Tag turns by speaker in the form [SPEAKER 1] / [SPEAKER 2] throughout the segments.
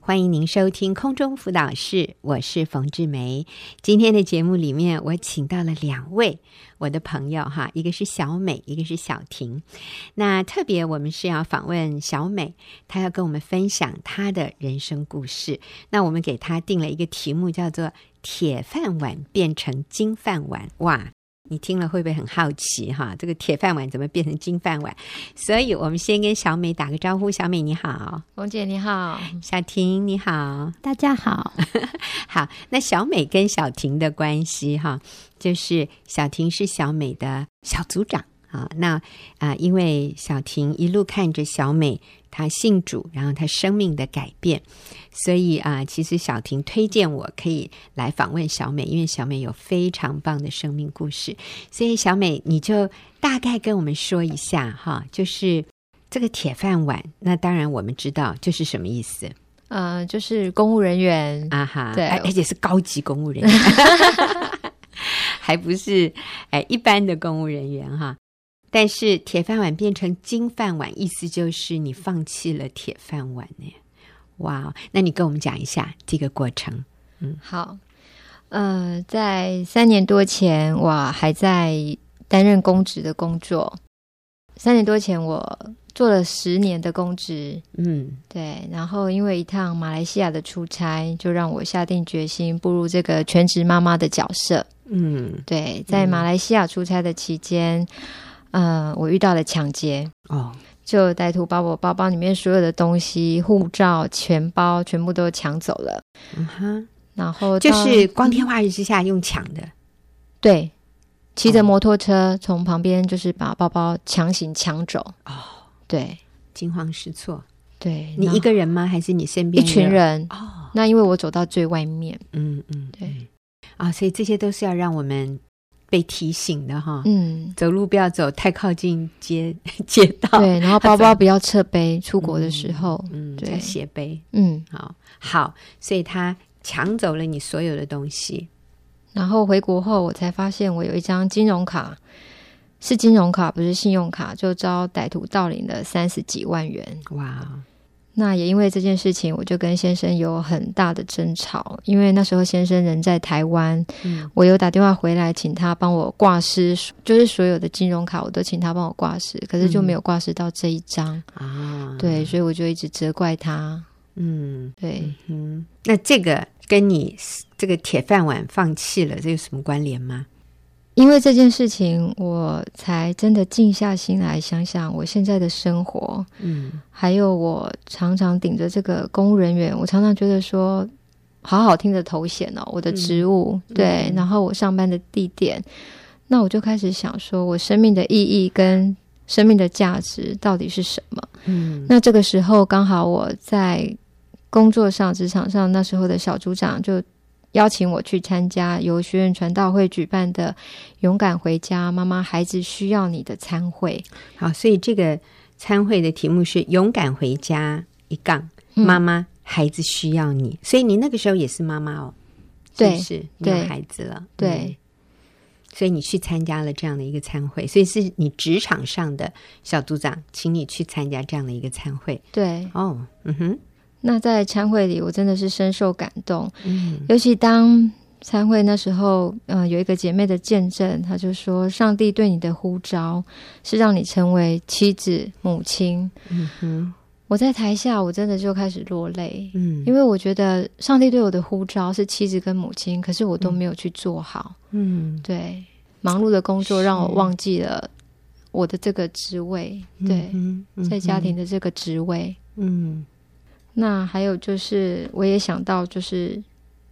[SPEAKER 1] 欢迎您收听空中辅导室，我是冯志梅。今天的节目里面，我请到了两位我的朋友哈，一个是小美，一个是小婷。那特别我们是要访问小美，她要跟我们分享她的人生故事。那我们给她定了一个题目，叫做“铁饭碗变成金饭碗”。哇！你听了会不会很好奇哈？这个铁饭碗怎么变成金饭碗？所以我们先跟小美打个招呼。小美你好，
[SPEAKER 2] 冯姐你好，
[SPEAKER 1] 小婷你好，
[SPEAKER 3] 大家好，
[SPEAKER 1] 好。那小美跟小婷的关系哈，就是小婷是小美的小组长啊。那啊、呃因为小婷一路看着小美她信主，然后她生命的改变，所以啊、呃其实小婷推荐我可以来访问小美，因为小美有非常棒的生命故事。所以小美，你就大概跟我们说一下哈，就是这个铁饭碗。那当然我们知道就是什么意思
[SPEAKER 2] 呃，就是公务人员，
[SPEAKER 1] 啊哈，
[SPEAKER 2] 对
[SPEAKER 1] 而而且是高级公务人员， 还不是哎一般的公务人员哈。但是铁饭碗变成金饭碗，意思就是你放弃了铁饭碗呢。哇，哦那你跟我们讲一下这个过程。
[SPEAKER 2] 好，呃，在三年多前，我还在担任公职的工作。三年多前，我做了十年的公职，
[SPEAKER 1] 嗯
[SPEAKER 2] 对。然后因为一趟马来西亚的出差，就让我下定决心步入这个全职妈妈的角色。
[SPEAKER 1] 嗯，
[SPEAKER 2] 对，在马来西亚出差的期间，呃，我遇到了抢劫。
[SPEAKER 1] 哦，
[SPEAKER 2] 就歹徒把我包包里面所有的东西、护照、钱包全部都抢走了，
[SPEAKER 1] 嗯哈，
[SPEAKER 2] 然后
[SPEAKER 1] 就
[SPEAKER 2] 到
[SPEAKER 1] 是光天化日之下用抢的。
[SPEAKER 2] 对，骑
[SPEAKER 1] 哦
[SPEAKER 2] 着摩托车从旁边就是把包包强行抢走。
[SPEAKER 1] 哦，
[SPEAKER 2] 对
[SPEAKER 1] 惊慌失措。
[SPEAKER 2] 对，
[SPEAKER 1] 你
[SPEAKER 2] 然
[SPEAKER 1] 一
[SPEAKER 2] 后
[SPEAKER 1] 个人吗？还是你身
[SPEAKER 2] 嗯一
[SPEAKER 1] 边
[SPEAKER 2] 群
[SPEAKER 1] 有？
[SPEAKER 2] 人。
[SPEAKER 1] 哦，
[SPEAKER 2] 那因为我走到最外面，
[SPEAKER 1] 嗯嗯，
[SPEAKER 2] 对
[SPEAKER 1] 嗯啊、所以这些都是要让我们被提醒的哈。
[SPEAKER 2] 嗯，
[SPEAKER 1] 走路不要走太靠近街 街道，
[SPEAKER 2] 对，然后
[SPEAKER 1] 他
[SPEAKER 2] 包
[SPEAKER 1] 走
[SPEAKER 2] 包不要侧背，出国的时候，
[SPEAKER 1] 嗯，
[SPEAKER 2] 对
[SPEAKER 1] 要斜背。
[SPEAKER 2] 嗯，
[SPEAKER 1] 好，好，所以他抢走了你所有的东西。
[SPEAKER 2] 然后回国后我才发现我有一张金融卡。是金融卡，不是信用卡，就遭歹徒盗领了三十几万元。
[SPEAKER 1] 哇，
[SPEAKER 2] 那也因为这件事情，我就跟先生有很大的争吵。因为那时候先生人在台湾，
[SPEAKER 1] 嗯
[SPEAKER 2] 我有打电话回来，请他帮我挂失，就是所有的金融卡我都请他帮我挂失，可是就没有挂失到这一张。
[SPEAKER 1] 啊，，
[SPEAKER 2] 对，所以我就一直责怪他。
[SPEAKER 1] 嗯
[SPEAKER 2] 对，
[SPEAKER 1] 嗯，那这个跟你这个铁饭碗放弃了，这有什么关联吗？
[SPEAKER 2] 因为这件事情，我才真的静下心来想想我现在的生活，
[SPEAKER 1] 嗯
[SPEAKER 2] 还有我常常顶着这个公务人员，我常常觉得说，好好听的头衔哦，我的职务，
[SPEAKER 1] 嗯
[SPEAKER 2] 对，然后我上班的地点，那我就开始想说，我生命的意义跟生命的价值到底是什么？
[SPEAKER 1] 嗯
[SPEAKER 2] 那这个时候刚好我在工作上、职场上，那时候的小组长就邀请我去参加由学院传道会举办的“勇敢回家，妈妈孩子需要你”的参会。
[SPEAKER 1] 好，所以这个参会的题目是“勇敢回家”，一杠
[SPEAKER 2] 嗯
[SPEAKER 1] 妈妈、孩子需要你，所以你那个时候也是妈妈哦，
[SPEAKER 2] 对
[SPEAKER 1] 是不是你有
[SPEAKER 2] 对
[SPEAKER 1] 孩子了，
[SPEAKER 2] 对
[SPEAKER 1] 嗯所以你去参加了这样的一个参会，所以是你职场上的小组长请你去参加这样的一个参会
[SPEAKER 2] 对，
[SPEAKER 1] 哦，嗯哼，
[SPEAKER 2] 那在参会里，我真的是深受感动，
[SPEAKER 1] 嗯
[SPEAKER 2] 尤其当。参会那时候，呃，有一个姐妹的见证，她就说，上帝对你的呼召是让你成为妻子、母亲。
[SPEAKER 1] 嗯哼，
[SPEAKER 2] 我在台下，我真的就开始落泪，
[SPEAKER 1] 嗯，
[SPEAKER 2] 因
[SPEAKER 1] 为
[SPEAKER 2] 为我觉得上帝对我的呼召是妻子跟母亲，可是我都没有去做好。
[SPEAKER 1] 嗯
[SPEAKER 2] 对，忙碌的工作
[SPEAKER 1] 是
[SPEAKER 2] 让我忘记了我的这个职位，对，
[SPEAKER 1] 嗯哼
[SPEAKER 2] 在家庭的这个职位。
[SPEAKER 1] 嗯
[SPEAKER 2] 那还有就是，我也想到，就是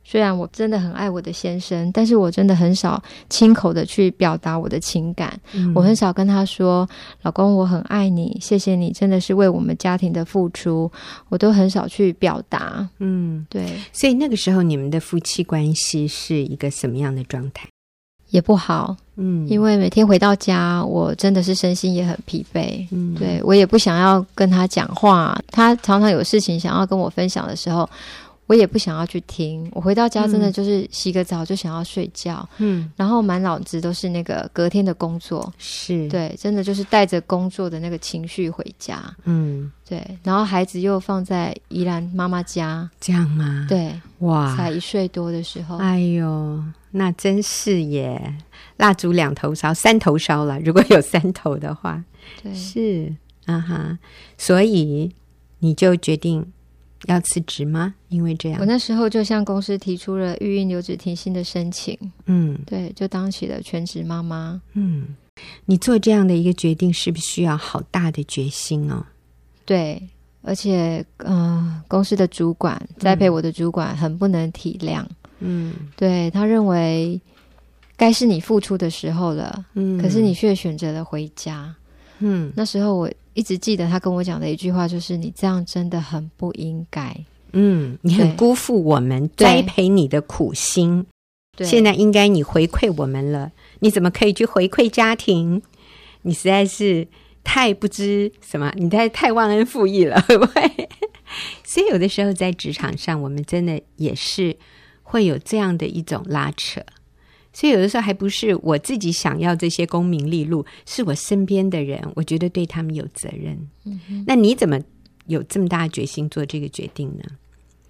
[SPEAKER 2] 虽然我真的很爱我的先生，但是我真的很少亲口的去表达我的情感，
[SPEAKER 1] 嗯
[SPEAKER 2] 我很少跟他说：“老公，我很爱你，谢谢你，真的是为我们家庭的付出。”我都很少去表达。
[SPEAKER 1] 嗯，
[SPEAKER 2] 对，
[SPEAKER 1] 所以那个时候你们的夫妻关系是一个什么样的状态？
[SPEAKER 2] 也不好。
[SPEAKER 1] 嗯，
[SPEAKER 2] 因为每天回到家，我真的是身心也很疲惫。
[SPEAKER 1] 嗯
[SPEAKER 2] 对我也不想要跟他讲话，他常常有事情想要跟我分享的时候，我也不想要去听。我回到家真的就是洗个澡就想要睡觉，
[SPEAKER 1] 嗯，
[SPEAKER 2] 然后满脑子都是那个隔天的工作。
[SPEAKER 1] 是，，
[SPEAKER 2] 对，真的就是带着工作的那个情绪回家。
[SPEAKER 1] 嗯，
[SPEAKER 2] 对，然后孩子又放在宜兰妈妈家，
[SPEAKER 1] 这样吗？，
[SPEAKER 2] 对，才
[SPEAKER 1] 哇，
[SPEAKER 2] 一岁多的时候，
[SPEAKER 1] 哎呦，那真是耶！蜡烛两头烧，三头烧了。如果有三头的话，
[SPEAKER 2] 对，
[SPEAKER 1] 是啊哈，所以你就决定要辞职吗？因为这样
[SPEAKER 2] 我，那时候就向公司提出了育婴留职停薪的申请，
[SPEAKER 1] 嗯
[SPEAKER 2] 对，就当起了全职妈妈。
[SPEAKER 1] 嗯，你做这样的一个决定，是不是需要好大的决心哦？
[SPEAKER 2] 对，而且，呃，公司的主管栽培我的主管很不能体谅，
[SPEAKER 1] 嗯
[SPEAKER 2] 对他认为该是你付出的时候了，
[SPEAKER 1] 嗯
[SPEAKER 2] 可是你却选择了回家。
[SPEAKER 1] 嗯
[SPEAKER 2] 那时候我一直记得他跟我讲的一句话，就是你这样真的很不应该。
[SPEAKER 1] 嗯，你
[SPEAKER 2] 对
[SPEAKER 1] 很辜负我们
[SPEAKER 2] 对
[SPEAKER 1] 栽培你的苦心，
[SPEAKER 2] 对，
[SPEAKER 1] 现在应该你回馈我们了，你怎么可以去回馈家庭？你实在是太不知什么，你太太忘恩负义了， 会不会？所以有的时候在职场上，我们真的也是会有这样的一种拉扯。所以有的时候还不是我自己想要这些功名利禄，是我身边的人，我觉得对他们有责任。那你怎么有这么大的决心做这个决定呢？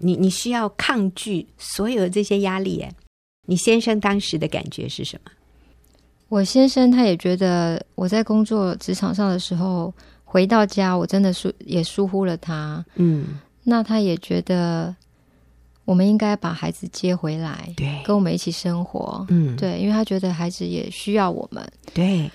[SPEAKER 1] 你你需要抗拒所有的这些压力耶，你先生当时的感觉是什么？
[SPEAKER 2] 我先生他也觉得我在工作职场上的时候，回到家我真的疏也疏忽了他。
[SPEAKER 1] 嗯，
[SPEAKER 2] 那他也觉得我们应该把孩子接回来，
[SPEAKER 1] 对，
[SPEAKER 2] 跟我们一起生活。
[SPEAKER 1] 嗯，
[SPEAKER 2] 对，因为他觉得孩子也需要我们。
[SPEAKER 1] 对，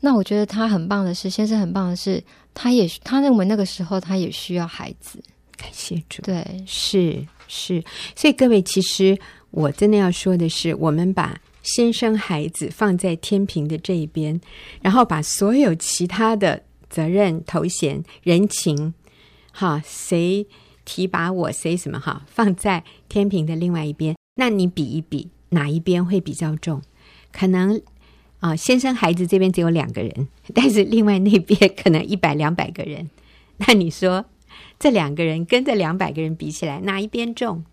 [SPEAKER 2] 那我觉得他很棒的是，先生很棒的是，他也他认为那个时候他也需要孩子。
[SPEAKER 1] 感谢主。
[SPEAKER 2] 对，
[SPEAKER 1] 是是，所以各位，其实我真的要说的是，我们把先生孩子放在天平的这一边，然后把所有其他的责任、头衔、人情，哈，谁提拔我，谁什么哈，放在天平的另外一边。那你比一比，哪一边会比较重？可能啊、先生孩子这边只有两个人，但是另外那边可能一百两百个人。那你说这两个人跟这两百个人比起来，哪一边重？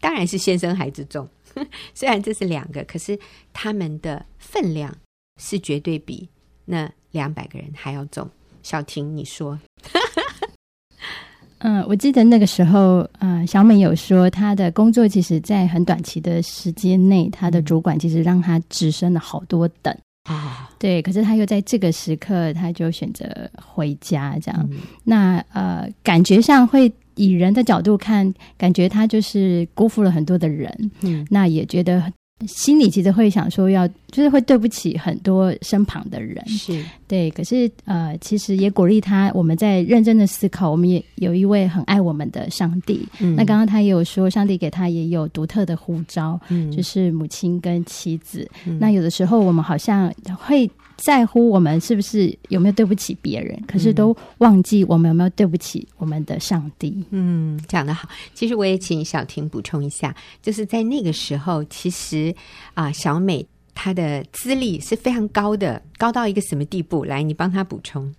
[SPEAKER 1] 当然是先生孩子重。 虽然这是两个，可是他们的分量是绝对比那两百个人还要重。小婷，你说，
[SPEAKER 3] 嗯，我记得那个时候，呃，小美有说她的工作其实，在很短期的时间内，她的主管其实让她直升了好多等，
[SPEAKER 1] 啊，
[SPEAKER 3] 对。可是她又在这个时刻，她就选择回家，这样。
[SPEAKER 1] 嗯
[SPEAKER 3] 那呃，感觉上会以人的角度看，感觉她就是辜负了很多的人，
[SPEAKER 1] 嗯
[SPEAKER 3] 那也觉得心里其实会想说要，就是会对不起很多身旁的人，
[SPEAKER 1] 是，
[SPEAKER 3] 对，可是呃，其实也鼓励他，我们在认真的思考，我们也有一位很爱我们的上帝。
[SPEAKER 1] 嗯
[SPEAKER 3] 那刚刚他也有说，上帝给他也有独特的呼召，
[SPEAKER 1] 嗯
[SPEAKER 3] 就是母亲跟妻子。
[SPEAKER 1] 嗯
[SPEAKER 3] 那有的时候我们好像会在乎我们是不是有没有对不起别人，可
[SPEAKER 1] 嗯
[SPEAKER 3] 是都忘记我们有没有对不起我们的上帝。
[SPEAKER 1] 嗯，讲得好。其实我也请小婷补充一下，就是在那个时候，其实啊、小美她的资历是非常高的，高到一个什么地步？来，你帮她补充。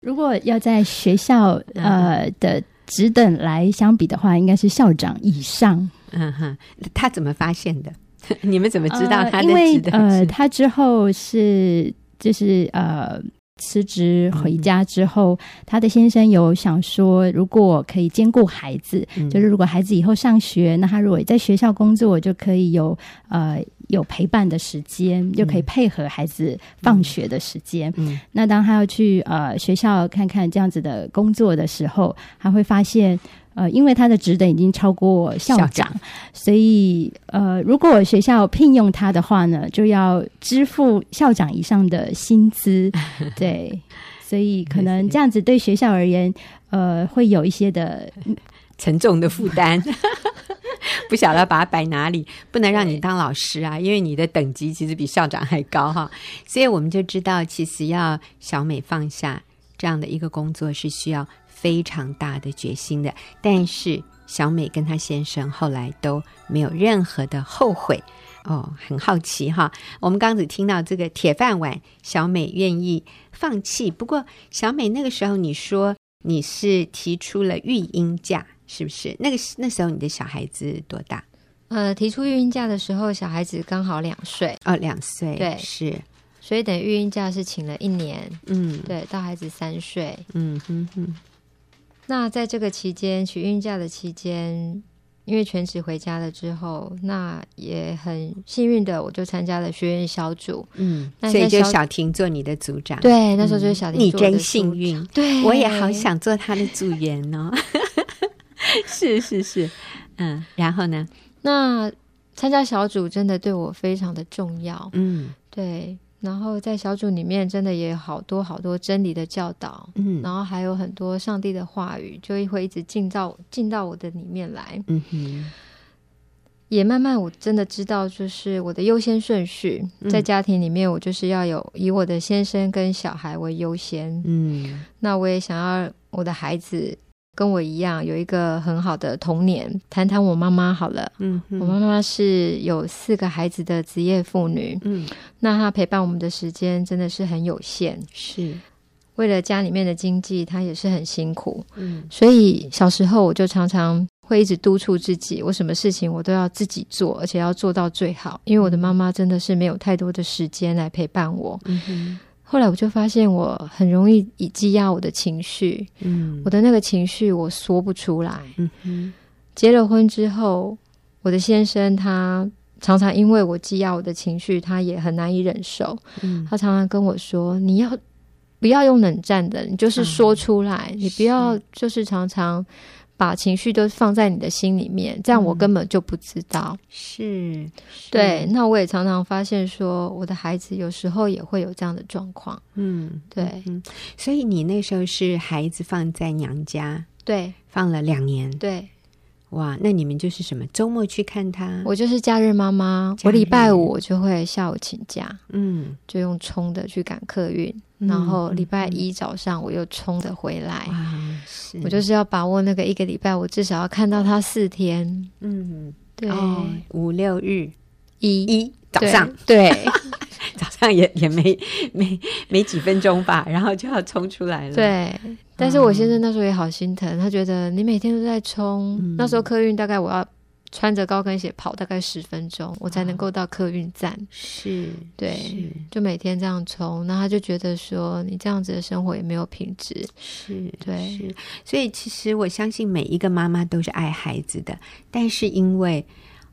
[SPEAKER 3] 如果要在学校
[SPEAKER 1] 嗯
[SPEAKER 3] 呃的职等来相比的话，应该是校长以上。
[SPEAKER 1] 嗯哼，她怎么发现的？ 你们怎么知道她
[SPEAKER 3] 呃
[SPEAKER 1] 的
[SPEAKER 3] 因为
[SPEAKER 1] 值得
[SPEAKER 3] 呃，
[SPEAKER 1] 是
[SPEAKER 3] 他之后是就是呃辞职回家之后，他的先生有想说，如果可以兼顾孩子，
[SPEAKER 1] 嗯
[SPEAKER 3] 就是如果孩子以后上学，那他如果在学校工作，就可以有呃有陪伴的时间，又可以配合孩子放学的时间。
[SPEAKER 1] 嗯
[SPEAKER 3] 那当他要去呃学校看看这样子的工作的时候，他会发现，呃，因为他的职等已经超过校
[SPEAKER 1] 校
[SPEAKER 3] 长，
[SPEAKER 1] 长
[SPEAKER 3] 所以呃，如果学校聘用他的话呢，就要支付校长以上的薪 资，对，所以可能这样子对学校而言，呃，会有一些的
[SPEAKER 1] 沉重的负担， 不晓得把它摆哪里，不能让你当老师啊，因为你的等级其实比校长还高哈，所以我们就知道，其实要小美放下这样的一个工作是需要非常大的决心的，但是小美跟她先生后来都没有任何的后悔。哦，很好奇哈。我们刚只听到这个铁饭碗，小美愿意放弃。不过，小美那个时候你说你是提出了育婴假，是不是？那个时那时候你的小孩子多大？
[SPEAKER 2] 呃，提出育婴假的时候，小孩子刚好两岁，
[SPEAKER 1] 哦，两岁，
[SPEAKER 2] 对
[SPEAKER 1] 是，
[SPEAKER 2] 所以等于育婴假是请了一年，
[SPEAKER 1] 嗯，，
[SPEAKER 2] 对，到孩子三岁。
[SPEAKER 1] 嗯哼哼，
[SPEAKER 2] 那在这个期间，取孕假的期间，因为全职回家了之后，那也很幸运的，我就参加了学院小组。
[SPEAKER 1] 嗯，
[SPEAKER 2] 那
[SPEAKER 1] 所以
[SPEAKER 2] 在
[SPEAKER 1] 就
[SPEAKER 2] 小
[SPEAKER 1] 小婷做你的组长，
[SPEAKER 2] 对，
[SPEAKER 1] 嗯，
[SPEAKER 2] 那时候就是小弟、
[SPEAKER 1] 你真幸，运，
[SPEAKER 2] 对，
[SPEAKER 1] 我也好。想做她的组员 哦。是是是，嗯，然后呢？
[SPEAKER 2] 那参加小组真的对我非常的重要，
[SPEAKER 1] 嗯
[SPEAKER 2] 对。然后在小组里面，真的也有好多好多真理的教导，
[SPEAKER 1] 嗯
[SPEAKER 2] 然后还有很多上帝的话语，就会一直进到进到我的里面来。
[SPEAKER 1] 嗯哼，
[SPEAKER 2] 也慢慢我真的知道，就是我的优先顺序，
[SPEAKER 1] 嗯
[SPEAKER 2] 在家庭里面，我就是要有以我的先生跟小孩为优先。
[SPEAKER 1] 嗯
[SPEAKER 2] 那我也想要我的孩子跟我一样有一个很好的童年。谈谈我妈妈好了，
[SPEAKER 1] 嗯哼，
[SPEAKER 2] 我妈妈是有四个孩子的职业妇女，
[SPEAKER 1] 嗯
[SPEAKER 2] 那她陪伴我们的时间真的是很有限。
[SPEAKER 1] 是
[SPEAKER 2] 为了家里面的经济，她也是很辛苦。
[SPEAKER 1] 嗯
[SPEAKER 2] 所以小时候我就常常会一直督促自己，我什么事情我都要自己做，而且要做到最好，因为我的妈妈真的是没有太多的时间来陪伴我。
[SPEAKER 1] 嗯哼
[SPEAKER 2] 后来我就发现我很容易以积压我的情绪，
[SPEAKER 1] 嗯
[SPEAKER 2] 我的那个情绪我说不出来。
[SPEAKER 1] 嗯哼
[SPEAKER 2] 结了婚之后，我的先生他常常因为我积压我的情绪，他也很难以忍受。
[SPEAKER 1] 嗯
[SPEAKER 2] 他常常跟我说：“你要不要用冷战的？你就是说出来，你不要就是常常把情绪都放在你的心里面，这样我
[SPEAKER 1] 嗯
[SPEAKER 2] 根本就不知道。
[SPEAKER 1] 是
[SPEAKER 2] 对，，那我也常常发现说，我的孩子有时候也会有这样的状况。
[SPEAKER 1] 嗯
[SPEAKER 2] 对
[SPEAKER 1] 嗯，所以你那时候是孩子放在娘家
[SPEAKER 2] 对
[SPEAKER 1] 放了两年，
[SPEAKER 2] 对，
[SPEAKER 1] 哇，那你们就是什么周末去看他，
[SPEAKER 2] 我就是假日妈妈，
[SPEAKER 1] 嗯假日
[SPEAKER 2] 我礼拜五我就会下午请假，
[SPEAKER 1] 嗯，
[SPEAKER 2] 就用冲的去赶客运，
[SPEAKER 1] 嗯
[SPEAKER 2] 然后礼拜一早上我又冲的回来。
[SPEAKER 1] 哇，是，
[SPEAKER 2] 我就是要把握那个一个礼拜，我至少要看到他四天。
[SPEAKER 1] 嗯，
[SPEAKER 2] 对，
[SPEAKER 1] 哦，五六日
[SPEAKER 2] 一
[SPEAKER 1] 一早上
[SPEAKER 2] 对对
[SPEAKER 1] 早上也也没没没几分钟吧，然后就要冲出来了，，
[SPEAKER 2] 对
[SPEAKER 1] 嗯
[SPEAKER 2] 但是我先生那时候也好心疼，他觉得你每天都在冲，
[SPEAKER 1] 嗯
[SPEAKER 2] 那时候客运大概我要穿着高跟鞋跑大概十分钟，我才能够到客运站，
[SPEAKER 1] 是，
[SPEAKER 2] 对
[SPEAKER 1] 哦是
[SPEAKER 2] 就每天这样冲，那他就觉得说你这样子的生活也没有品质，
[SPEAKER 1] 是，
[SPEAKER 2] 对
[SPEAKER 1] 是，所以其实我相信每一个妈妈都是爱孩子的，但是因为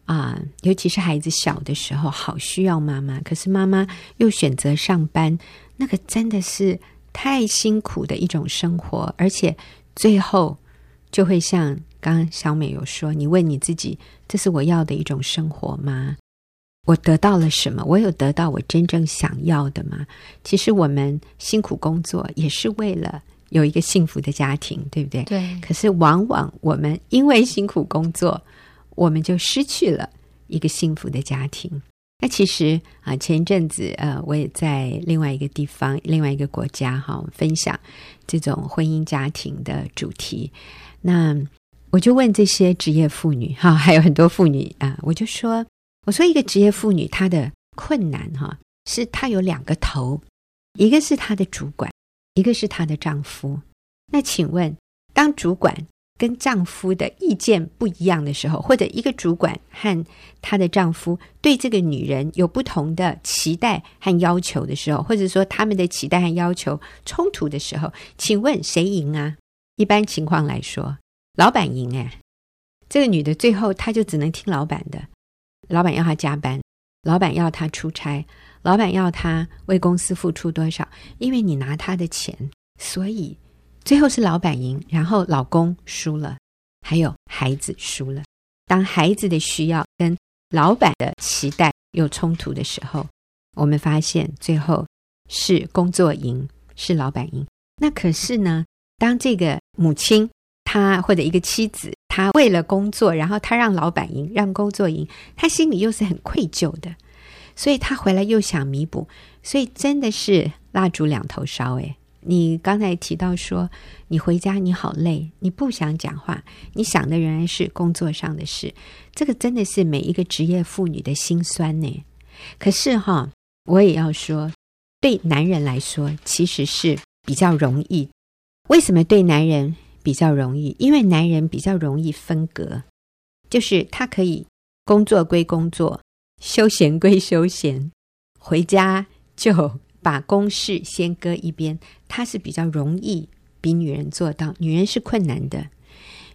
[SPEAKER 1] 啊、尤其是孩子小的时候，好需要妈妈，可是妈妈又选择上班，那个真的是太辛苦的一种生活，而且最后就会像刚刚小美有说，你问你自己，这是我要的一种生活吗？我得到了什么？我有得到我真正想要的吗？其实我们辛苦工作也是为了有一个幸福的家庭，对不对？
[SPEAKER 2] 对
[SPEAKER 1] 可是往往我们因为辛苦工作，我们就失去了一个幸福的家庭。那其实啊、前一阵子呃，我也在另外一个地方、另外一个国家哈、分享这种婚姻家庭的主题。那我就问这些职业妇女哈、还有很多妇女啊、我就说，我说一个职业妇女她的困难哈、是她有两个头，一个是她的主管，一个是她的丈夫。那请问当主管跟丈夫的意见不一样的时候，或者一个主管和她的丈夫对这个女人有不同的期待和要求的时候，或者说他们的期待和要求冲突的时候，请问谁赢啊？一般情况来说，老板赢哎、这个女的最后她就只能听老板的，老板要她加班，老板要她出差，老板要她为公司付出多少，因为你拿她的钱，所以最后是老板赢，然后老公输了，还有孩子输了。当孩子的需要跟老板的期待有冲突的时候，我们发现最后是工作赢，是老板赢。那可是呢，当这个母亲她或者一个妻子，她为了工作，然后她让老板赢，让工作赢，她心里又是很愧疚的，所以她回来又想弥补，所以真的是蜡烛两头烧哎。你刚才提到说，你回家你好累，你不想讲话，你想的仍然是工作上的事。这个真的是每一个职业妇女的心酸呢。可是哈，我也要说，对男人来说其实是比较容易。为什么对男人比较容易，因为男人比较容易分隔，就是他可以工作归工作，休闲归休闲，回家就把公事先搁一边，他是比较容易比女人做到，女人是困难的。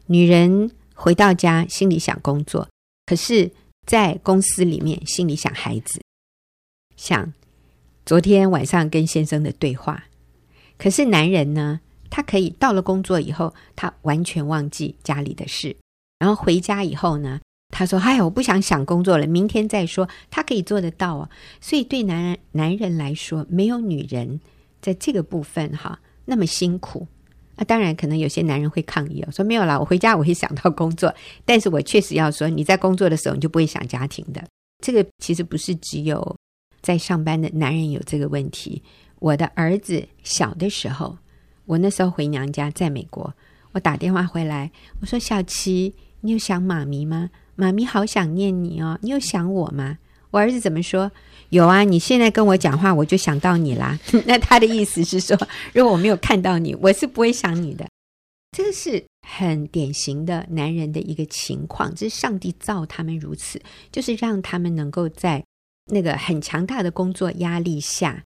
[SPEAKER 1] 女人回到家心里想工作，可是，在公司里面心里想孩子，想昨天晚上跟先生的对话。可是男人呢，他可以到了工作以后，他完全忘记家里的事，然后回家以后呢，他说：“哎，我不想想工作了，明天再说。”他可以做得到啊。所以对男人男人来说，没有女人在这个部分哈那么辛苦。啊，当然，可能有些男人会抗议哦，说没有啦，我回家我会想到工作，但是我确实要说，你在工作的时候你就不会想家庭的。这个其实不是只有在上班的男人有这个问题。我的儿子小的时候，我那时候回娘家，在美国，我打电话回来，我说：“小琪，你有想妈咪吗？妈咪好想念你哦，你有想我吗？”我儿子怎么说？有啊，你现在跟我讲话，我就想到你啦。 那他的意思是说，如果我没有看到你，我是不会想你的。这个是很典型的男人的一个情况，这是上帝造他们如此，就是让他们能够在那个很强大的工作压力下，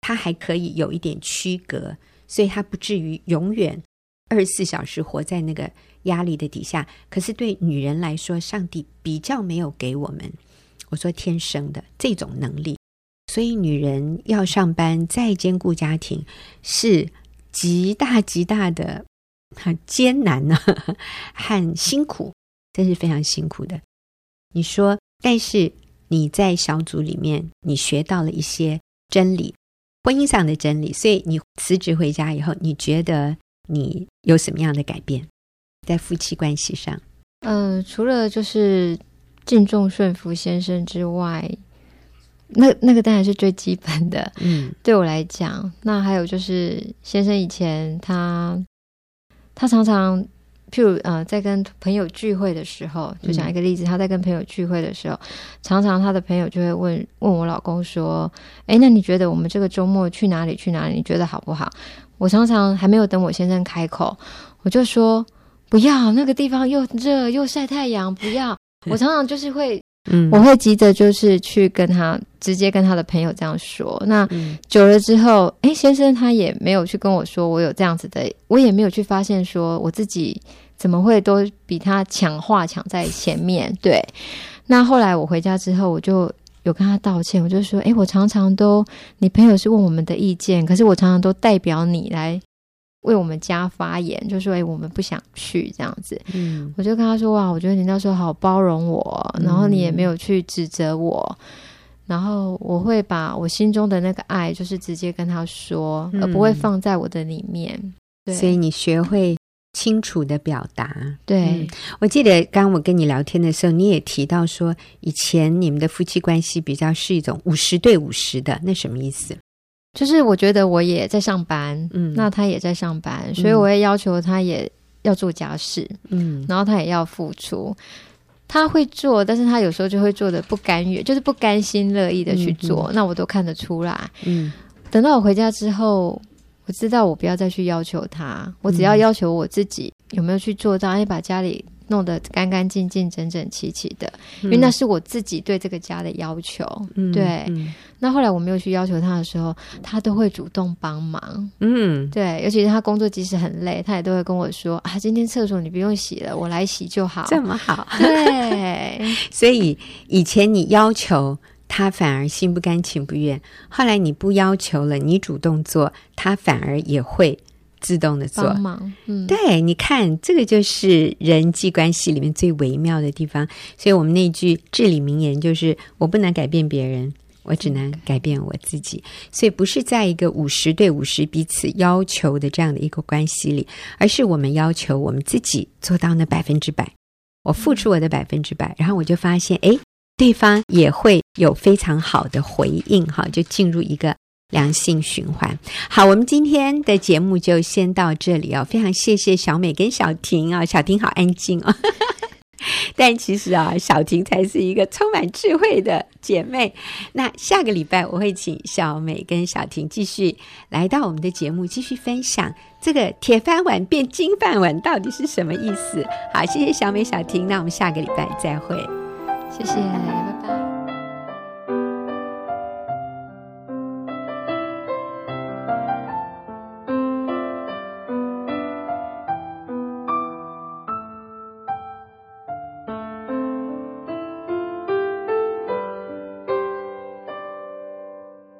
[SPEAKER 1] 他还可以有一点区隔，所以他不至于永远二十四小时活在那个压力的底下。可是对女人来说，上帝比较没有给我们。我说天生的这种能力，所以女人要上班再兼顾家庭是极大极大的很艰难呢、 啊，很辛苦，真是非常辛苦的。你说，但是你在小组里面，你学到了一些真理，婚姻上的真理，所以你辞职回家以后，你觉得你有什么样的改变在夫妻关系上？
[SPEAKER 2] 呃，除了就是。敬重顺服先生之外，那那个当然是最基本的。
[SPEAKER 1] 嗯，
[SPEAKER 2] 对我来讲，那还有就是先生以前他他常常，譬如呃，在跟朋友聚会的时候，就讲一个例子，他在跟朋友聚会的时候，常常他的朋友就会问问我老公说：“哎，那你觉得我们这个周末去哪里去哪里？你觉得好不好？”我常常还没有等我先生开口，我就说：“不要，那个地方又热又晒太阳，不要。”我常常就是会，
[SPEAKER 1] 嗯，
[SPEAKER 2] 我会急着就是去跟他直接跟他的朋友这样说。那
[SPEAKER 1] 嗯
[SPEAKER 2] 久了之后，哎、欸，先生他也没有去跟我说我有这样子的，我也没有去发现说我自己怎么会都比他强话抢在前面。对，那后来我回家之后，我就有跟他道歉，我就说，哎、欸，我常常都你朋友是问我们的意见，可是我常常都代表你来。为我们家发言，就说：“哎、欸，我们不想去这样子。”
[SPEAKER 1] 嗯，
[SPEAKER 2] 我就跟他说：“哇，我觉得你那时候好包容我，然后你也没有去指责我，嗯、然后我会把我心中的那个爱，就是直接跟他说，嗯、而不会放在我的里面。对”
[SPEAKER 1] 所以你学会清楚的表达。
[SPEAKER 2] 对、
[SPEAKER 1] 嗯，我记得刚我跟你聊天的时候，你也提到说，以前你们的夫妻关系比较是一种五十对五十的，那什么意思？
[SPEAKER 2] 就是我觉得我也在上班，
[SPEAKER 1] 嗯，
[SPEAKER 2] 那他也在上班，所以我也要求他也要做家事，
[SPEAKER 1] 嗯，
[SPEAKER 2] 然后他也要付出，他会做，但是他有时候就会做的不甘愿，就是不甘心乐意的去做，
[SPEAKER 1] 嗯、
[SPEAKER 2] 那我都看得出来，
[SPEAKER 1] 嗯，
[SPEAKER 2] 等到我回家之后，我知道我不要再去要求他，我只要要求我自己有没有去做到，哎要把家里。弄得干干净净、整整齐齐的，因为那是我自己对这个家的要求。
[SPEAKER 1] 嗯、
[SPEAKER 2] 对，
[SPEAKER 1] 嗯、
[SPEAKER 2] 那后来我没有去要求他的时候，他都会主动帮忙。
[SPEAKER 1] 嗯，
[SPEAKER 2] 对，尤其是他工作即使很累，他也都会跟我说：“啊，今天厕所你不用洗了，我来洗就好。”
[SPEAKER 1] 这么好，
[SPEAKER 2] 对。
[SPEAKER 1] 所以以前你要求他，反而心不甘情不愿；后来你不要求了，你主动做，他反而也会。自动的做，
[SPEAKER 2] 帮忙嗯，
[SPEAKER 1] 对，你看，这个就是人际关系里面最微妙的地方。所以我们那句至理名言就是：“我不能改变别人，我只能改变我自己。”所以不是在一个五十对五十彼此要求的这样的一个关系里，而是我们要求我们自己做到那百分之百，我付出我的百分之百，然后我就发现，哎，对方也会有非常好的回应，哈，就进入一个。良性循环。好，我们今天的节目就先到这里哦。非常谢谢小美跟小婷啊、哦，小婷好安静哦。 但其实啊，小婷才是一个充满智慧的姐妹。那下个礼拜我会请小美跟小婷继续来到我们的节目，继续分享这个铁饭碗变金饭碗到底是什么意思。好，谢谢小美、小婷，那我们下个礼拜再会，
[SPEAKER 2] 谢谢，拜拜。